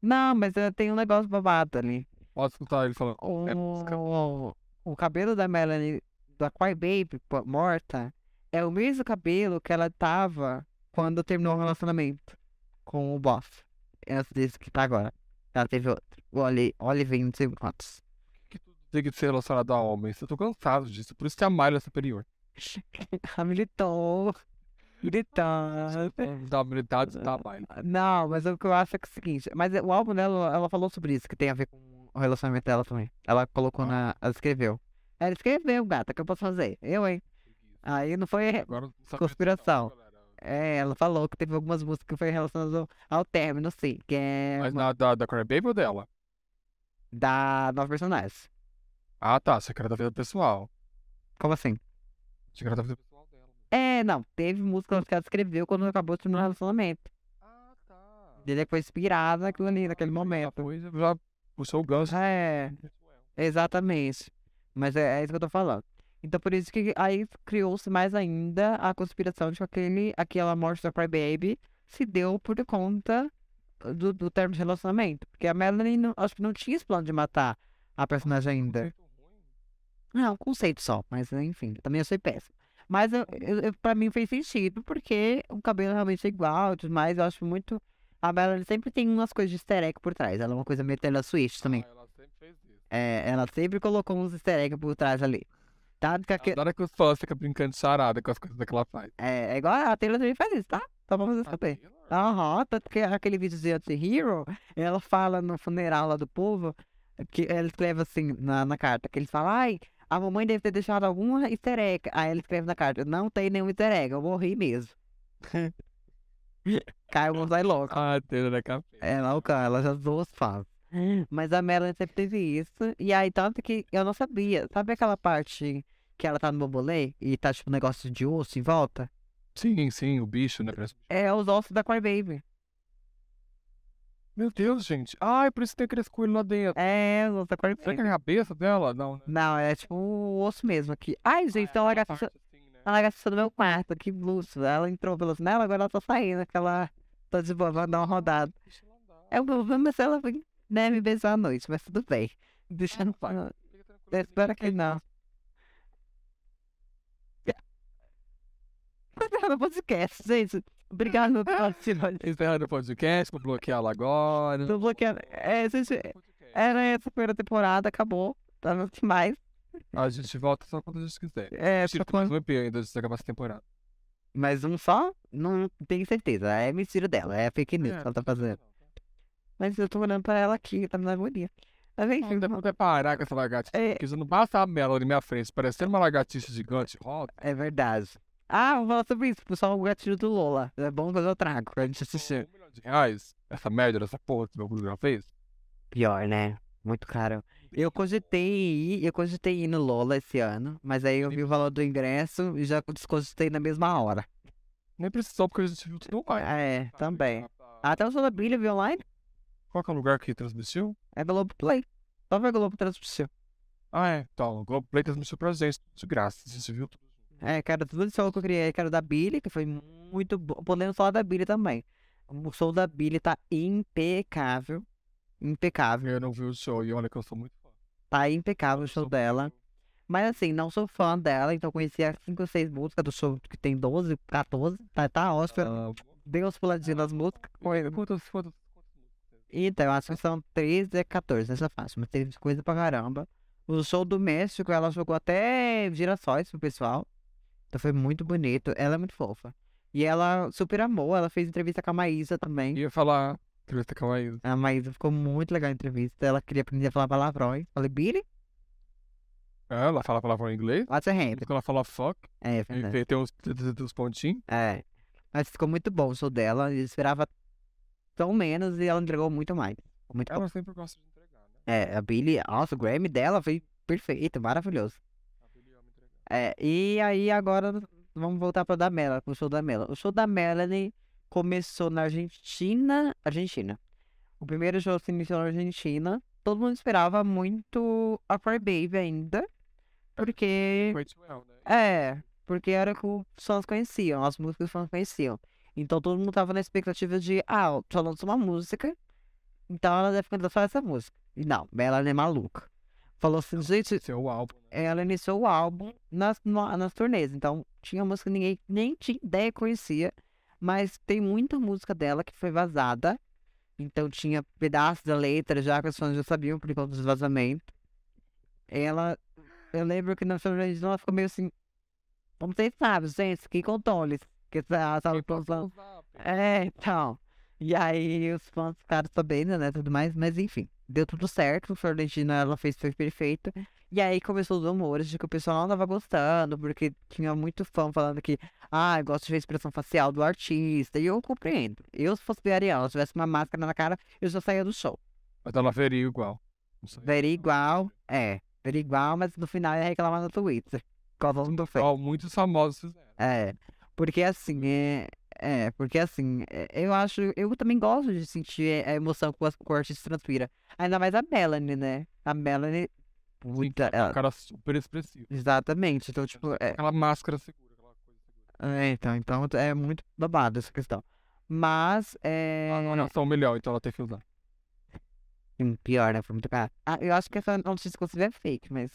Não, mas eh, tem um negócio babado ali. Pode escutar ele falando. É música. O, o cabelo da Melanie, da Cry Baby, po- morta, é o mesmo cabelo que ela tava quando terminou o relacionamento com o Boff. Antes desse que tá agora. Ela teve outro. O Oli, Oliver, não sei quantos. que tudo tem que ser relacionado a homens. Eu tô cansado disso. Por isso que a Mayra é superior. Ela militou. Militante. Da habilidade é. da Mayra. Não, mas o que eu acho é que é o seguinte, mas o álbum dela, ela falou sobre isso, que tem a ver com o relacionamento dela também. Ela colocou Ah. na. Ela escreveu. Ela escreveu, gata, o que eu posso fazer? Eu, hein? Aí não foi. Agora não sabe Ah, Conspiração. disso não, galera. É, ela falou que teve algumas músicas que foi relacionadas ao, ao término, sim, que é Mas uma- na, da, da Crybaby ou dela? da Nova Personagens. Ah, tá. Achei que era da vida pessoal. Como assim? Achei que era da vida pessoal dela. É, não, teve músicas que ela escreveu quando acabou de terminar o relacionamento. Ah, tá. Ele foi inspirado naquilo ali, naquele momento. Depois já puxou o gancho. É. Exatamente. Mas é, é isso que eu tô falando. Então por isso que aí criou-se mais ainda a conspiração de que aquele, aquela morte da Crybaby se deu por conta do, do termo de relacionamento. Porque a Melanie não- acho que não tinha esse plano de matar a personagem ainda. Não, é um conceito só, mas né, enfim, também eu sei péssimo. Mas eu, eu, eu- pra mim fez sentido, porque o cabelo realmente é igual e tudo mais. Eu acho muito. A Melanie sempre tem umas coisas de easter egg por trás. Ela é uma coisa meio Taylor Swift também. Ah, ela sempre fez isso. É, ela sempre colocou uns easter eggs por trás ali. Tá? Que, que, Adoro É que os fãs ficam brincando de charada com as coisas que ela faz. Ah, é, é igual a Taylor também faz isso, tá? Só pra você saber. Tá. Aham, tanto que aquele videozinho de Hero, ela fala no funeral lá do povo, eh, que ela escreve assim na, na carta, que eles falam, ai, a mamãe deve ter deixado alguma easter egg. Aí ela escreve na carta, não tem nenhum easter egg, eu morri mesmo. um Caiu o sai louco. Ah, Taylor é café. Ela, o cara, ela já zoou os fãs. Mas a Melanie sempre teve isso. E aí, tanto que eu não sabia. Sabe aquela parte que ela tá no bambolê e tá tipo um negócio de osso em volta? Sim, sim, o bicho, né? parece- É os ossos da Cry Baby. Meu Deus, gente. Ah, é por isso que tem aqueles coelhos lá dentro. É, os ossos da Cry Será que Baby. é a cabeça dela? Não, né? Não, é tipo o osso mesmo aqui. Ah, Ai, gente, então olha Parte assim, né? a lagartixa do meu quarto, que luxo. Ela entrou pela janela, agora ela tá saindo, aquela... Tô de boa, vai dar uma rodada. Deixa ela andar. É o problema se ela vir, né, me beijar à noite, mas tudo bem. Deixa no vai. pai. Fica tranquila, Eu você espero fica que aí. não. No podcast, gente. Obrigado pelo patrocínio. Encerrando o podcast, vou bloquear ela agora. Tô bloqueando. É, gente, era essa primeira temporada, acabou. Tá não tem mais. A gente volta só quando a gente quiser. É, Tira só mais quando... um EP ainda antes de acabar essa temporada. Mas um só? Não tenho certeza. É mentira dela. É fake news É, que ela tá não sei fazendo. não, tá? Mas eu tô olhando pra ela aqui, tá me dando agonia. Mas enfim, Não dá pra até parar com essa lagartixa. é, Porque se não basta a Mela na minha frente, parecendo uma lagartixa gigante, roda. é verdade. Ah, vamos falar sobre isso. Pessoal, o gatilho do Lola. É bom quando eu trago pra gente assistir. Um milhão de reais, essa merda, essa porra que meu Bruno fez. Pior, né? Muito caro. Eu cogitei ir, eu cogitei ir no Lola esse ano, mas aí eu vi o valor do ingresso e já descogitei na mesma hora. Nem precisou, porque a gente viu tudo online. É, Sabe? também. Ah. A- a- Até o Sola Brilho viu online? Qual que é o lugar que transmitiu? É Globoplay. Só vai Globo Transmissão. Ah, é. Então, o Globoplay transmitiu pra gente. De graça, a gente viu tudo. É, cara, tudo isso que eu criei, cara, da Billy, que foi muito bom. Podemos falar da Billy também. O show da Billy tá impecável. Impecável. Eu não vi o show e olha que eu sou muito fã. Tá impecável o show Sou- dela. Mas assim, não sou fã dela, então conheci as 5 ou 6 músicas do show que tem 12, 14. Tá, tá ótimo. Ah, Dei umas puladinhas nas músicas. Quantas, quantas, quantas músicas? Então, eu acho que são 13 a 14 nessa faixa, mas teve coisa pra caramba. O show do México, ela jogou até girassóis pro pessoal. Então foi muito bonito. Ela é muito fofa. E ela super amou. Ela fez entrevista com a Maísa também. Ia falar, entrevista com a Maísa. A Maísa ficou muito legal a entrevista. Ela queria aprender a falar palavrões. Falei, Billy, É, Ela fala a palavra em inglês. what's your hand? Quando ela fala fuck, É, e verdade. tem, tem uns, tem- tem- tem uns pontinhos. É. Mas ficou muito bom o show dela. Eu esperava tão menos e ela entregou muito mais. Ficou Muito bom. Ela sempre gosta de entregar, né? É, a Billy, nossa, o Grammy dela foi perfeito, maravilhoso. A Billie ama entregar. É, e aí agora vamos voltar para da Mela, pro show da Mela. O show da Melanie começou na Argentina, Argentina. O primeiro show se iniciou na Argentina. Todo mundo esperava muito a Cry Baby ainda, porque Quite well, né? é, porque era o que os fãs conheciam, as músicas que os fãs conheciam. Então todo mundo tava na expectativa de, ah, só lançou uma música, então ela deve cantar só essa música. E não, Melanie é maluca. Falou assim, gente, Seu álbum. né? eh, ela iniciou o álbum nas, no- nas turnês. Então, tinha música que ninguém nem tinha ideia que conhecia. Mas tem muita música dela que foi vazada. Então, tinha pedaços da letra já que os fãs já sabiam por conta dos vazamentos. Ela. Eu lembro que na Solange ela ficou meio assim. Como vocês sabem, gente, que controles. Que essa, essa Quem passa canção- no zap. é, então. E aí os fãs ficaram sabendo, né, tudo mais, mas enfim, deu tudo certo, Florentina ela fez foi perfeito. E aí começou os rumores de que o pessoal não tava gostando, porque tinha muito fã falando que, ah, eu gosto de ver a expressão facial do artista, e eu compreendo. Eu, se fosse Ariana, se tivesse uma máscara na cara, eu já saía do show. Mas ela veria igual. Não sei. Veria igual, é, veria igual, mas no final ia reclamar no Twitter, por causa do fã. Igual muitos famosos fizeram. É, porque assim, é, é, porque assim, é, eu acho, eu também gosto de sentir é, a emoção que o, que o artista transpira. Ainda mais a Melanie, né? A Melanie, puta, Ela é um ela, cara super expressivo. exatamente, então, tipo, é, Aquela máscara segura, aquela coisa segura. é, então, então é muito babado essa questão. Mas, é, Ela não é só um milhão, então ela tem que usar. sim, pior, né? Foi muito caro. Ah, eu acho que essa notícia, inclusive, é fake, mas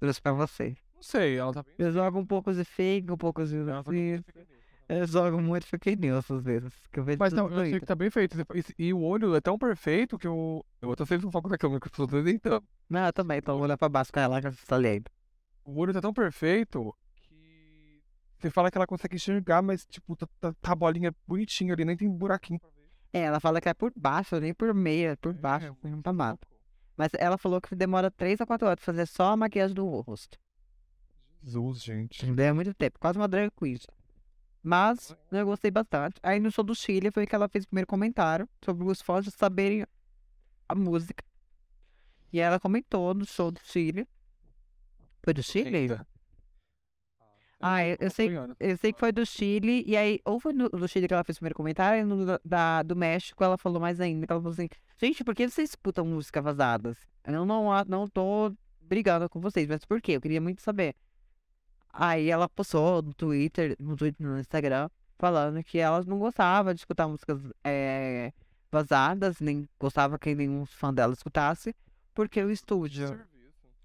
trouxe pra você. Não sei, ela tá bem. Eu jogo um pouco de fake, um pouco de Ela tá bem- notícia. Eu jogo muito fake news às vezes, que eu vejo Mas tudo não, no eu achei Twitter. que tá bem feito. E, e o olho é tão perfeito que eu. Eu até sempre falo com a câmera que as pessoas estão deitando. Não, eu também tô olhando pra baixo com ela tá que eu tô lendo. O olho tá tão perfeito que. Você fala que ela consegue enxergar, mas, tipo, tá, tá, tá a bolinha bonitinha ali, nem tem buraquinho pra ver. É, ela fala que é por baixo, nem por meia, é por baixo, É, por um babado. louco. Mas ela falou que demora 3 a 4 horas pra fazer só a maquiagem do rosto. Jesus, gente. Deu muito tempo, quase uma drag queen. Mas eu gostei bastante. Aí no show do Chile foi que ela fez o primeiro comentário sobre os fãs saberem a música. E ela comentou no show do Chile. Foi do Chile? Eita. Ah, eu- eu sei- Uhum, acompanhando. Eu sei que foi do Chile, e aí, ou foi no- do Chile que ela fez o primeiro comentário, e no da- da, do México ela falou mais ainda, que ela falou assim, gente, por que vocês escutam música vazadas? Eu não, a- não tô brigando com vocês, mas por quê? Eu queria muito saber. Aí ela postou no Twitter, no Twitter, no Instagram, falando que ela não gostava de escutar músicas eh, vazadas, nem gostava que nenhum fã dela escutasse, porque o estúdio... Serviço.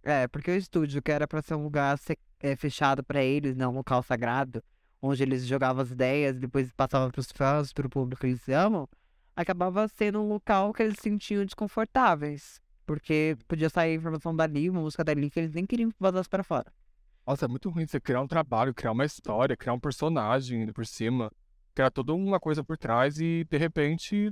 É, porque o estúdio, que era pra ser um lugar se- é, fechado pra eles, não um local sagrado, onde eles jogavam as ideias, depois passavam pros fãs, pro público que eles amam, acabava sendo um local que eles se sentiam desconfortáveis. Porque podia sair informação dali, uma música dali, que eles nem queriam que vazasse pra fora. Nossa, é muito ruim você criar um trabalho, criar uma história, criar um personagem ainda por cima, criar toda uma coisa por trás e, de repente.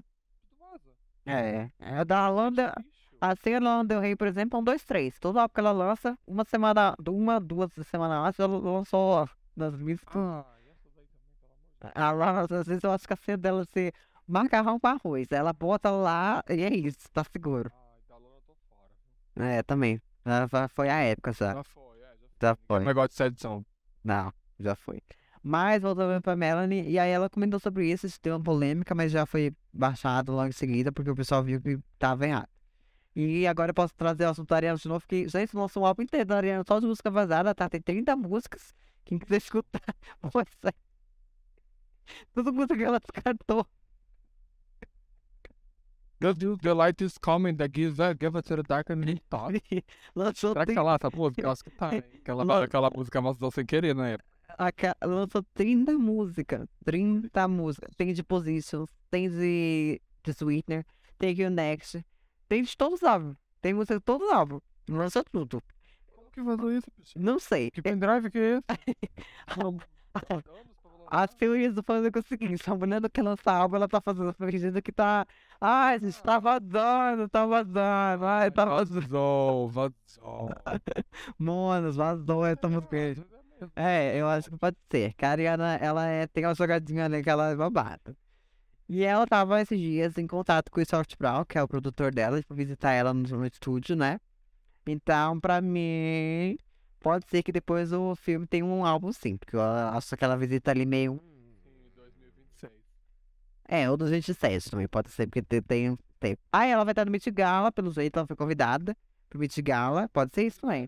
tudo vaza. É. A da Holanda, Lixo. assim a Lana Del Rey, por exemplo, é um, dois, três. Toda hora que ela lança, uma semana, uma, duas semanas antes, ela lançou nas músicas. Ah, e essas aí também, pelo amor de Deus. A Laura, às vezes eu acho que a senha dela é ser macarrão com arroz. Ela bota lá e é isso, tá seguro. Ai, da Lona eu tô fora. viu? É, também. Já- já Foi a época já. Já foi, é, já foi. Tá. Já Um foi. negócio de ser edição. Não, já foi. Mas voltando pra Melanie, e aí ela comentou sobre isso, isso deu uma polêmica, mas já foi baixado logo em seguida, porque o pessoal viu que tava errado. E agora eu posso trazer o assunto da Ariana de novo, que gente lançou um álbum inteiro da Ariana só de música vazada, tá? Tem 30 músicas. Quem quiser escutar, pois é. Tudo música que ela descartou. Meu Deus, the light is coming, that gives that give us to the dark and the dark. Lançou Será 30 que tá lá essa música? Eu acho que tá, hein? Aquela, Lan- aquela música amassou sem querer né? na época. Aca- lançou 30 músicas. 30 músicas. Tem de Positions, tem de, de Sweetener, tem de Next, tem de todos os álbuns. Tem música de todos os álbuns. Lançou tudo. Como que vazou isso, bicho? Não sei. Que pendrive que é esse? As teorias do fã é o seguinte: a mulher do que lança álbum, ela tá fazendo fingindo que tá. Ai, gente, tá vazando, tá vazando. Ai, tá vazando. Vazou, vazou. É. Mano, vazou essa música. É, eu acho que pode ser. Que a Ariana, ela é, tem uma jogadinha ali que ela é babada. E ela tava esses dias em contato com o Soft Brown, que é o produtor dela, pra visitar ela no, no estúdio, né? Então, pra mim, pode ser que depois o filme tenha um álbum sim, porque eu acho que ela visita ali meio. um, Em 2026. É, ou 207 também, pode ser, porque tem. tem, tem. Ah, ela vai estar no Met Gala, pelo jeito, ela foi convidada pro Met Gala, pode ser isso também.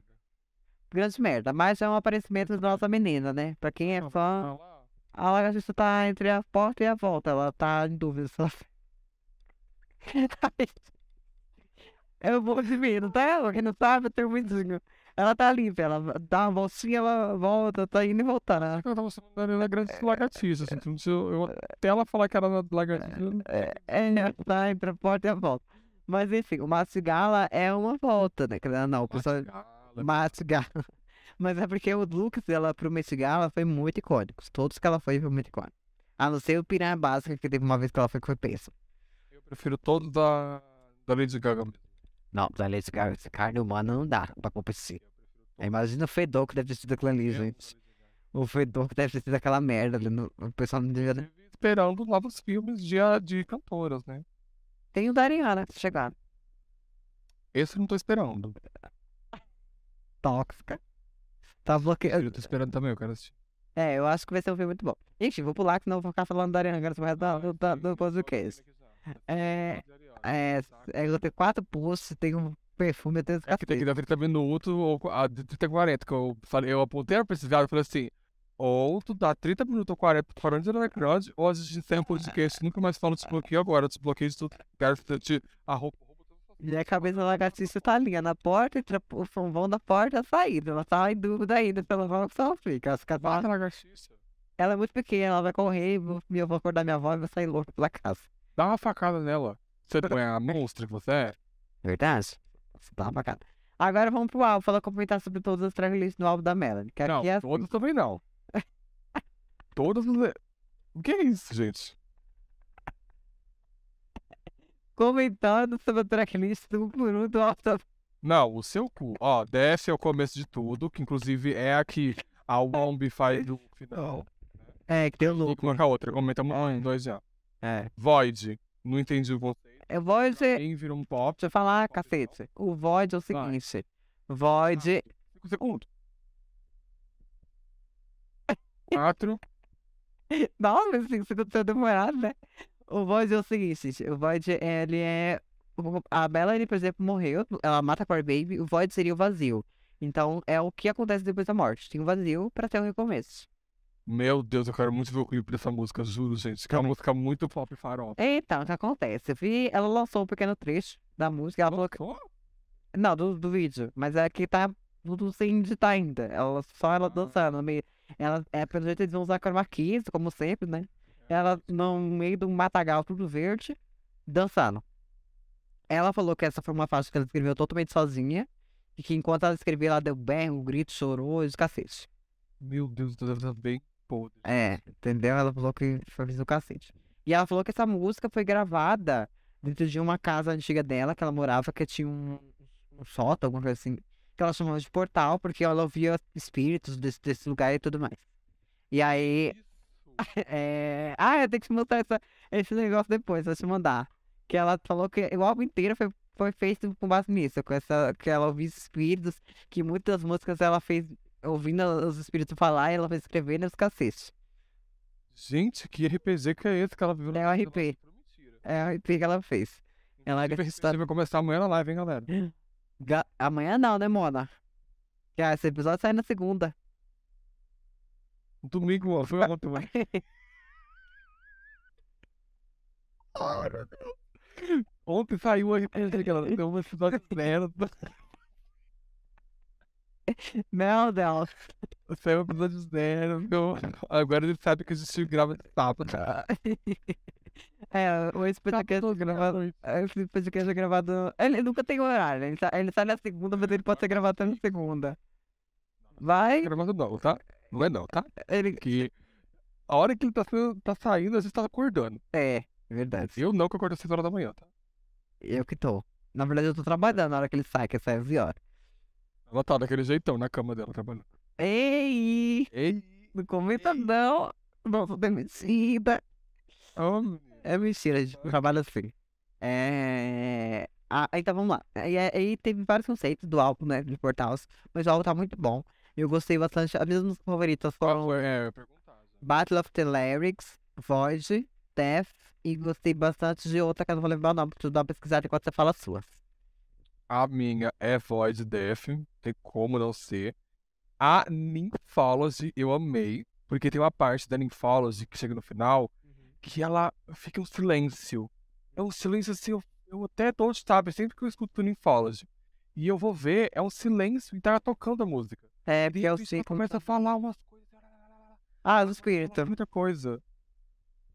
Grande merda, mas é um aparecimento da nossa menina, né? Pra quem é fã. Ah, lá. A lagartixa tá entre a porta e a volta, ela tá em dúvida se ela Eu vou ver, não tá ela? Quem não sabe, eu tenho um vizinho. Ela tá limpa, ela dá uma voltinha, ela volta, tá indo e voltando. ela- Eu tava chamando ela de É. grande lagartixa, assim, então, se eu, eu- até ela falar que era na- lagartixa, eu não É, é, tá entre a porta e a volta. Mas enfim, o Márcio Gala é uma volta, né? Querendo ou Não, o pessoal. é Gala, Márcio Gala. Mas é porque o look dela pro Met Gala foi muito icônico. Todos que ela foi foi muito icônico. A não ser o Piranha Básica, que teve uma vez que ela foi que foi péssimo. Eu prefiro todo da, da Lady Gaga mesmo. Não, pra ler esse cara, essa carne humana não dá pra competir. Aí Imagina o fedor que deve ter sido aquilo ali, Eu amo gente. O fedor que deve ter sido aquela merda ali. no- O pessoal não devia. a nem- Lady Gaga. Esperando novos filmes de, a- de cantoras, né? Tem o da Ariana chegar. Esse eu não tô esperando. Tóxica. Tá Esse É, Eu bloqueado. tô esperando também, eu quero assistir. É, eu acho que vai ser um filme muito bom. Enfim, vou pular, que senão eu vou ficar falando da Ariana agora pro resto da- Ah, do- da- sim, do eu tá tô um podcast. vendo aqui já. É, É, é, eu tenho quatro posts, tem um perfume, eu tenho É que tem que dar 30 minutos ou qu- ah, de 30 a 40, que eu falei, eu apontei pra esse viado e falei assim, ou tu dá 30 minutos ou 40 parando de underground, ou a gente encerra o podcast, nunca mais fala desbloqueio agora, desbloqueio de tudo, quero te- te a roupa. roupa, tudo. E a cabeça da lagartixa tá ali, é na porta, entre a- o vão da porta e a saída. Ela tá em dúvida ainda, pelo menos que ela fica. As Vai, casas lagartixa. Ela é muito pequena, ela vai correr, e vou- e eu vou acordar minha avó e vou sair louca pela casa. Dá uma facada nela. Você não é a monstra que você é? Verdade? Você tá pra cara. Agora vamos pro álbum, ela comentar sobre todas as tracklists do álbum da Melanie. Que não, aqui é assim. todas também não. todas. as- O que é isso, gente? Comentando sobre a tracklist do Guru do álbum da Não, o seu cu. Ó, desce é o começo de tudo, que inclusive é a que a Wombi faz do final. É, que deu Vou louco. colocar outra, comenta muito Ai. dois já. É. Void, não entendi o conceito. Eu vou dizer. Quem vira um pop, É, Deixa eu falar, cacete. O Void é o Ah. um seguinte. Void. cinco segundos. Quatro. Nossa, assim, se não tinha demorado, né? O Void é o seguinte, gente, o Void, ele é... A Melanie, por exemplo, morreu, ela mata a Core Baby, o Void seria o vazio. Então, é o que acontece depois da morte. Tem um vazio pra ter um recomeço. Meu Deus, eu quero muito ver o clipe dessa música, juro, gente. Que é uma música muito pop farofa. Então, o que acontece? Eu vi, ela lançou um pequeno trecho da música, Tá ela falou... que- Nossa, Não, do, do vídeo, mas é que tá tudo sem editar ainda. Ela, só ela Ah. dançando. no meio- Ela, é, pelo jeito eles vão usar chroma keys, como sempre, né? Ela no meio de um matagal tudo verde, dançando. Ela falou que essa foi uma faixa que ela escreveu totalmente sozinha. E que enquanto ela escrevia, ela deu berro, grito, chorou e os cacete. Meu Deus, tu deve estar bem podre. É, entendeu? Ela falou que foi fez o cacete. E ela falou que essa música foi gravada dentro de uma casa antiga dela, que ela morava, que tinha um, um sótão, alguma coisa assim, que ela chamava de portal, porque ela ouvia espíritos desse, desse lugar e tudo mais. E aí, é... Ah, eu tenho que te mostrar essa- esse negócio depois, vou te mandar. Que ela falou que o álbum inteiro foi, foi feito com base nisso, com essa... que ela ouvia espíritos, que muitas músicas ela fez ouvindo os espíritos falar e ela foi escrevendo os cacetes. Gente, que RPG que é esse que ela viu É o RP. É a IP que ela fez. Ela Ela está- está... vai começar amanhã na live, hein, galera? Ga- Amanhã não, né, Mona? Que ah, esse episódio sai na segunda. Um Domingo, ó, foi ontem, mano. Ai, meu Deus. Ontem saiu o RPG, galera. Deu um uma cidade merda. Meu Deus. Saiu o episódio zero. meu. Agora ele sabe que a gente grava de sábado. Tá. É, o Tá esse podcast é gravado. Esse podcast é gravado. Ele nunca tem horário. Ele, sa- ele sai na segunda, mas ele pode ser gravado até na segunda. Vai. Gravado não, tá? Não é não, tá? Ele... Que a hora que ele tá, sendo- tá saindo, a gente tá acordando. É, verdade. Eu não, que eu acordo às 6 horas da manhã, tá? Eu que tô. Na verdade, eu tô trabalhando na hora que ele sai, que sai às 11 horas. Ela tá daquele jeitão na cama dela trabalhando. Ei! Ei, Não comenta, não. Não, sou demitida. ô, menino. É mentira, gente. Eu trabalho assim. É. Ah, então vamos lá. Aí, aí teve vários conceitos do álbum, né? De Portals. Mas o álbum tá muito bom. Eu gostei bastante. As minhas músicas favoritas foram Qual é? é, perguntar, já. Battle of the Lyrics, Void, Death. E gostei bastante de outra que eu não vou lembrar o nome, porque tu dá uma pesquisada enquanto você fala as suas. A minha é Void Death, tem como não ser. A Nymphology eu amei, porque tem uma parte da Nymphology que chega no final Uhum. que ela fica um silêncio. É um silêncio assim, eu, eu até tô sabe, sempre que eu escuto Nymphology. E eu vou ver, é um silêncio e tá tocando a música. É, De porque eu repente sei ela como. começa a falar umas coisas. Ah, um os fala espíritos. Muita coisa.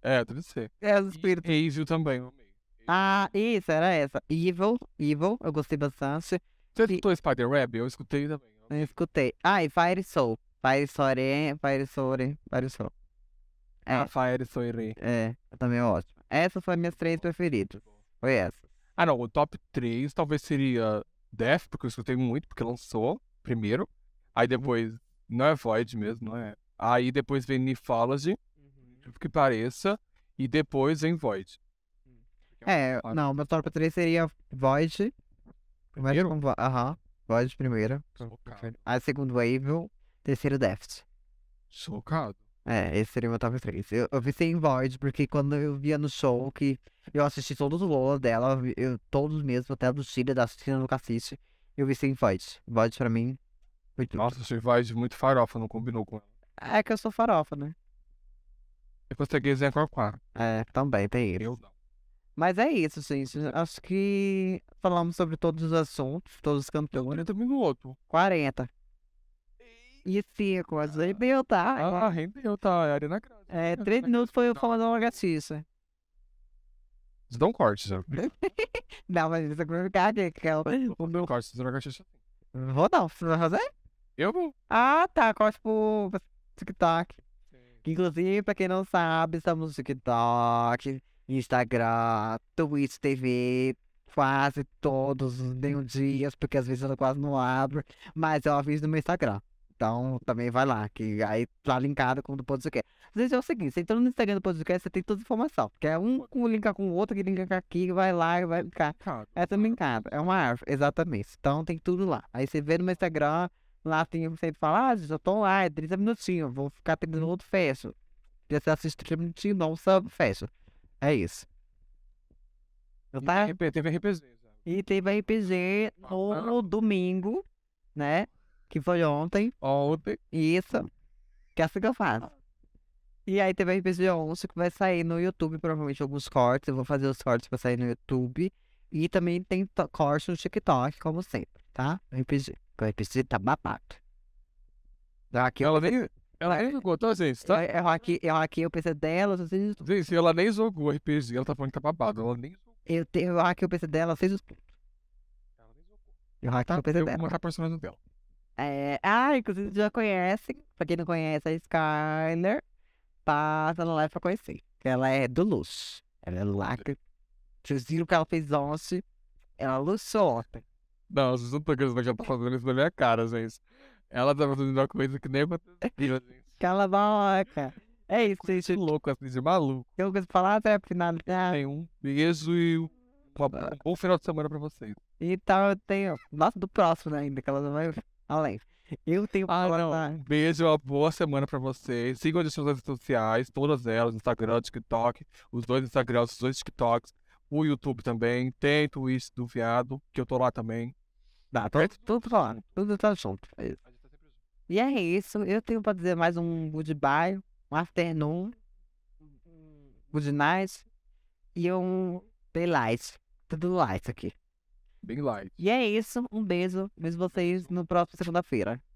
É, deve ser. É, os espíritos. E Evil também, eu amei. Ah, isso, era essa. Evil, Evil, eu gostei bastante. Você e- escutou Spider Web? Eu escutei também. eu Eu escutei. Ah, e Fire Soul. Fire Sore, Fire Sore, Fire Soul. É. Rafael Soiré. É, também é ótimo. Essas foram minhas três preferidas. Foi essa. Ah, não. O top 3 talvez seria Death, porque eu escutei muito, porque lançou primeiro. Aí Uhum. depois. Não é Void mesmo, não é? Aí depois vem Nifology, Uhum. tipo que pareça. E depois vem Void. É, não, meu top 3 seria Void. Começa Primeiro? com Vo- Aham. Void primeiro. Chocado. Aí segundo Evil. Terceiro Deft. Chocado. É, esse seria o meu top 3. Eu, eu pensei em Void, porque quando eu via no show que eu assisti todos os Lola dela, eu vi- eu, todos mesmo, até a do Cília, da Cristina do Cacice, eu pensei em Void. Void pra mim foi tudo. Nossa, achei Void muito farofa, não combinou com ela. É que eu sou farofa, né? Eu consegui Zen com a É, também tem isso. Eu não. Mas é isso, gente. Acho que falamos sobre todos os assuntos, todos os cantores. 40 minutos. 40. E 5, mas aí deu, tá? Ah, rendeu, tá? É Arena Grande. É, 3 minutos foi o Fama da Lagartixa. Eles dão um corte, já. Não, mas isso é verdade, que é o... Não deu um corte, eles dão um corte. Rodão, você vai fazer? Eu vou. Ah, tá, corte pro pro TikTok. Que, Inclusive, pra quem não sabe, estamos no TikTok, Instagram, Twitch TV, quase todos, nem um dia, porque às vezes eu quase não abro, mas eu aviso no meu Instagram. Então, também vai lá, que aí tá linkado com o do podcast. Às vezes é o seguinte, você entrou no Instagram do podcast, você tem toda a informação, porque é um com linka com o outro, que linka com aqui, vai lá e vai linkar. Cara, É também casa, é uma árvore, exatamente. Então tem tudo lá. Aí você vê no meu Instagram, Lá tem você fala, ah, já tô lá, é 30 minutinhos, vou ficar 30 minutos, fecho. Você assiste 30 minutinhos, não sabe, fecha. É isso. Eu E tá? RP Teve RPG. sabe? E teve RPG no domingo, né? Que foi ontem. Ontem. Isso. Que é assim que eu faço. E aí teve a RPG 11 que vai sair no YouTube, provavelmente alguns cortes. Eu vou fazer os cortes pra sair no YouTube. E também tem to- corte no TikTok, como sempre, tá? RPG. Porque O RPG tá babado. Aqui, Ela nem. Ela é nem jogou, tá, gente? Tá? eu, eu aqui, eu aqui, eu pensei dela, eu sei de tudo. Gente, ela nem jogou RPG. Ela tá falando que tá babado. Ela nem jogou. Eu, tenho- eu aqui, eu pensei dela, eu sei de tudo. Ela nem jogou. Eu aqui, Tá? eu pensei Eu dela. vou matar a personagem dela. É, ah, inclusive já conhecem. Pra quem não conhece, a Skyler passa na live pra conhecer. que Ela é do luxo. Ela é lacre. Vocês viram o que ela fez ontem? Ela luxou ontem. Não, vocês não estão querendo que ela tá fazendo isso na minha cara, gente. Ela tá fazendo uma coisa que nem aconteceu, gente. Cala a boca. É isso, gente. Gente louco, assim, de maluco. Tem alguma coisa pra falar até finalizar? Tem um beijo e um uma- um bom final de semana pra vocês. Então eu tenho. Nossa, do próximo ainda, que ela não vai além. Eu tenho pra Ah, não. falar. Um beijo, uma boa semana pra vocês. Sigam as nossas redes sociais, todas elas, Instagram, TikTok, os dois Instagrams, os dois TikToks, o YouTube também, tem Twitch do Viado, que eu tô lá também. Dá, tô- tudo falando. Tudo tá junto. É isso. A gente tá sempre junto. E é isso. Eu tenho pra dizer mais um goodbye, um afternoon, um good night e um daylight. Tudo light aqui. Bem light. E é isso. Um beijo. Vejo vocês no próximo segunda-feira.